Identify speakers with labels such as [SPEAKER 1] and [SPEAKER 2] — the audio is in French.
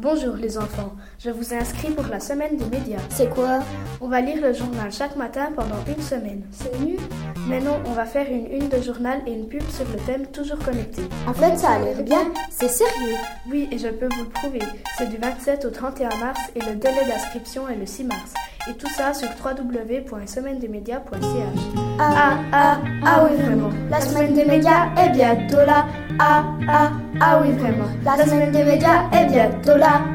[SPEAKER 1] Bonjour les enfants, je vous inscris pour la semaine des médias.
[SPEAKER 2] C'est quoi
[SPEAKER 1] On va lire le journal chaque matin pendant une semaine.
[SPEAKER 2] C'est nul
[SPEAKER 1] Mais non, on va faire une une de journal et une pub sur le thème Toujours connecté.
[SPEAKER 2] En fait, ça a l'air bien. C'est sérieux.
[SPEAKER 1] Oui, et je peux vous le prouver, c'est du 27 au 31 mars et le délai d'inscription est le 6 mars. Et tout ça sur www.semaine-des-médias.ch
[SPEAKER 2] Ah, ah, ah oui, vraiment. La semaine des médias est bientôt là. Ah, ah, ah oui, vraiment. La semaine des médias est bientôt là.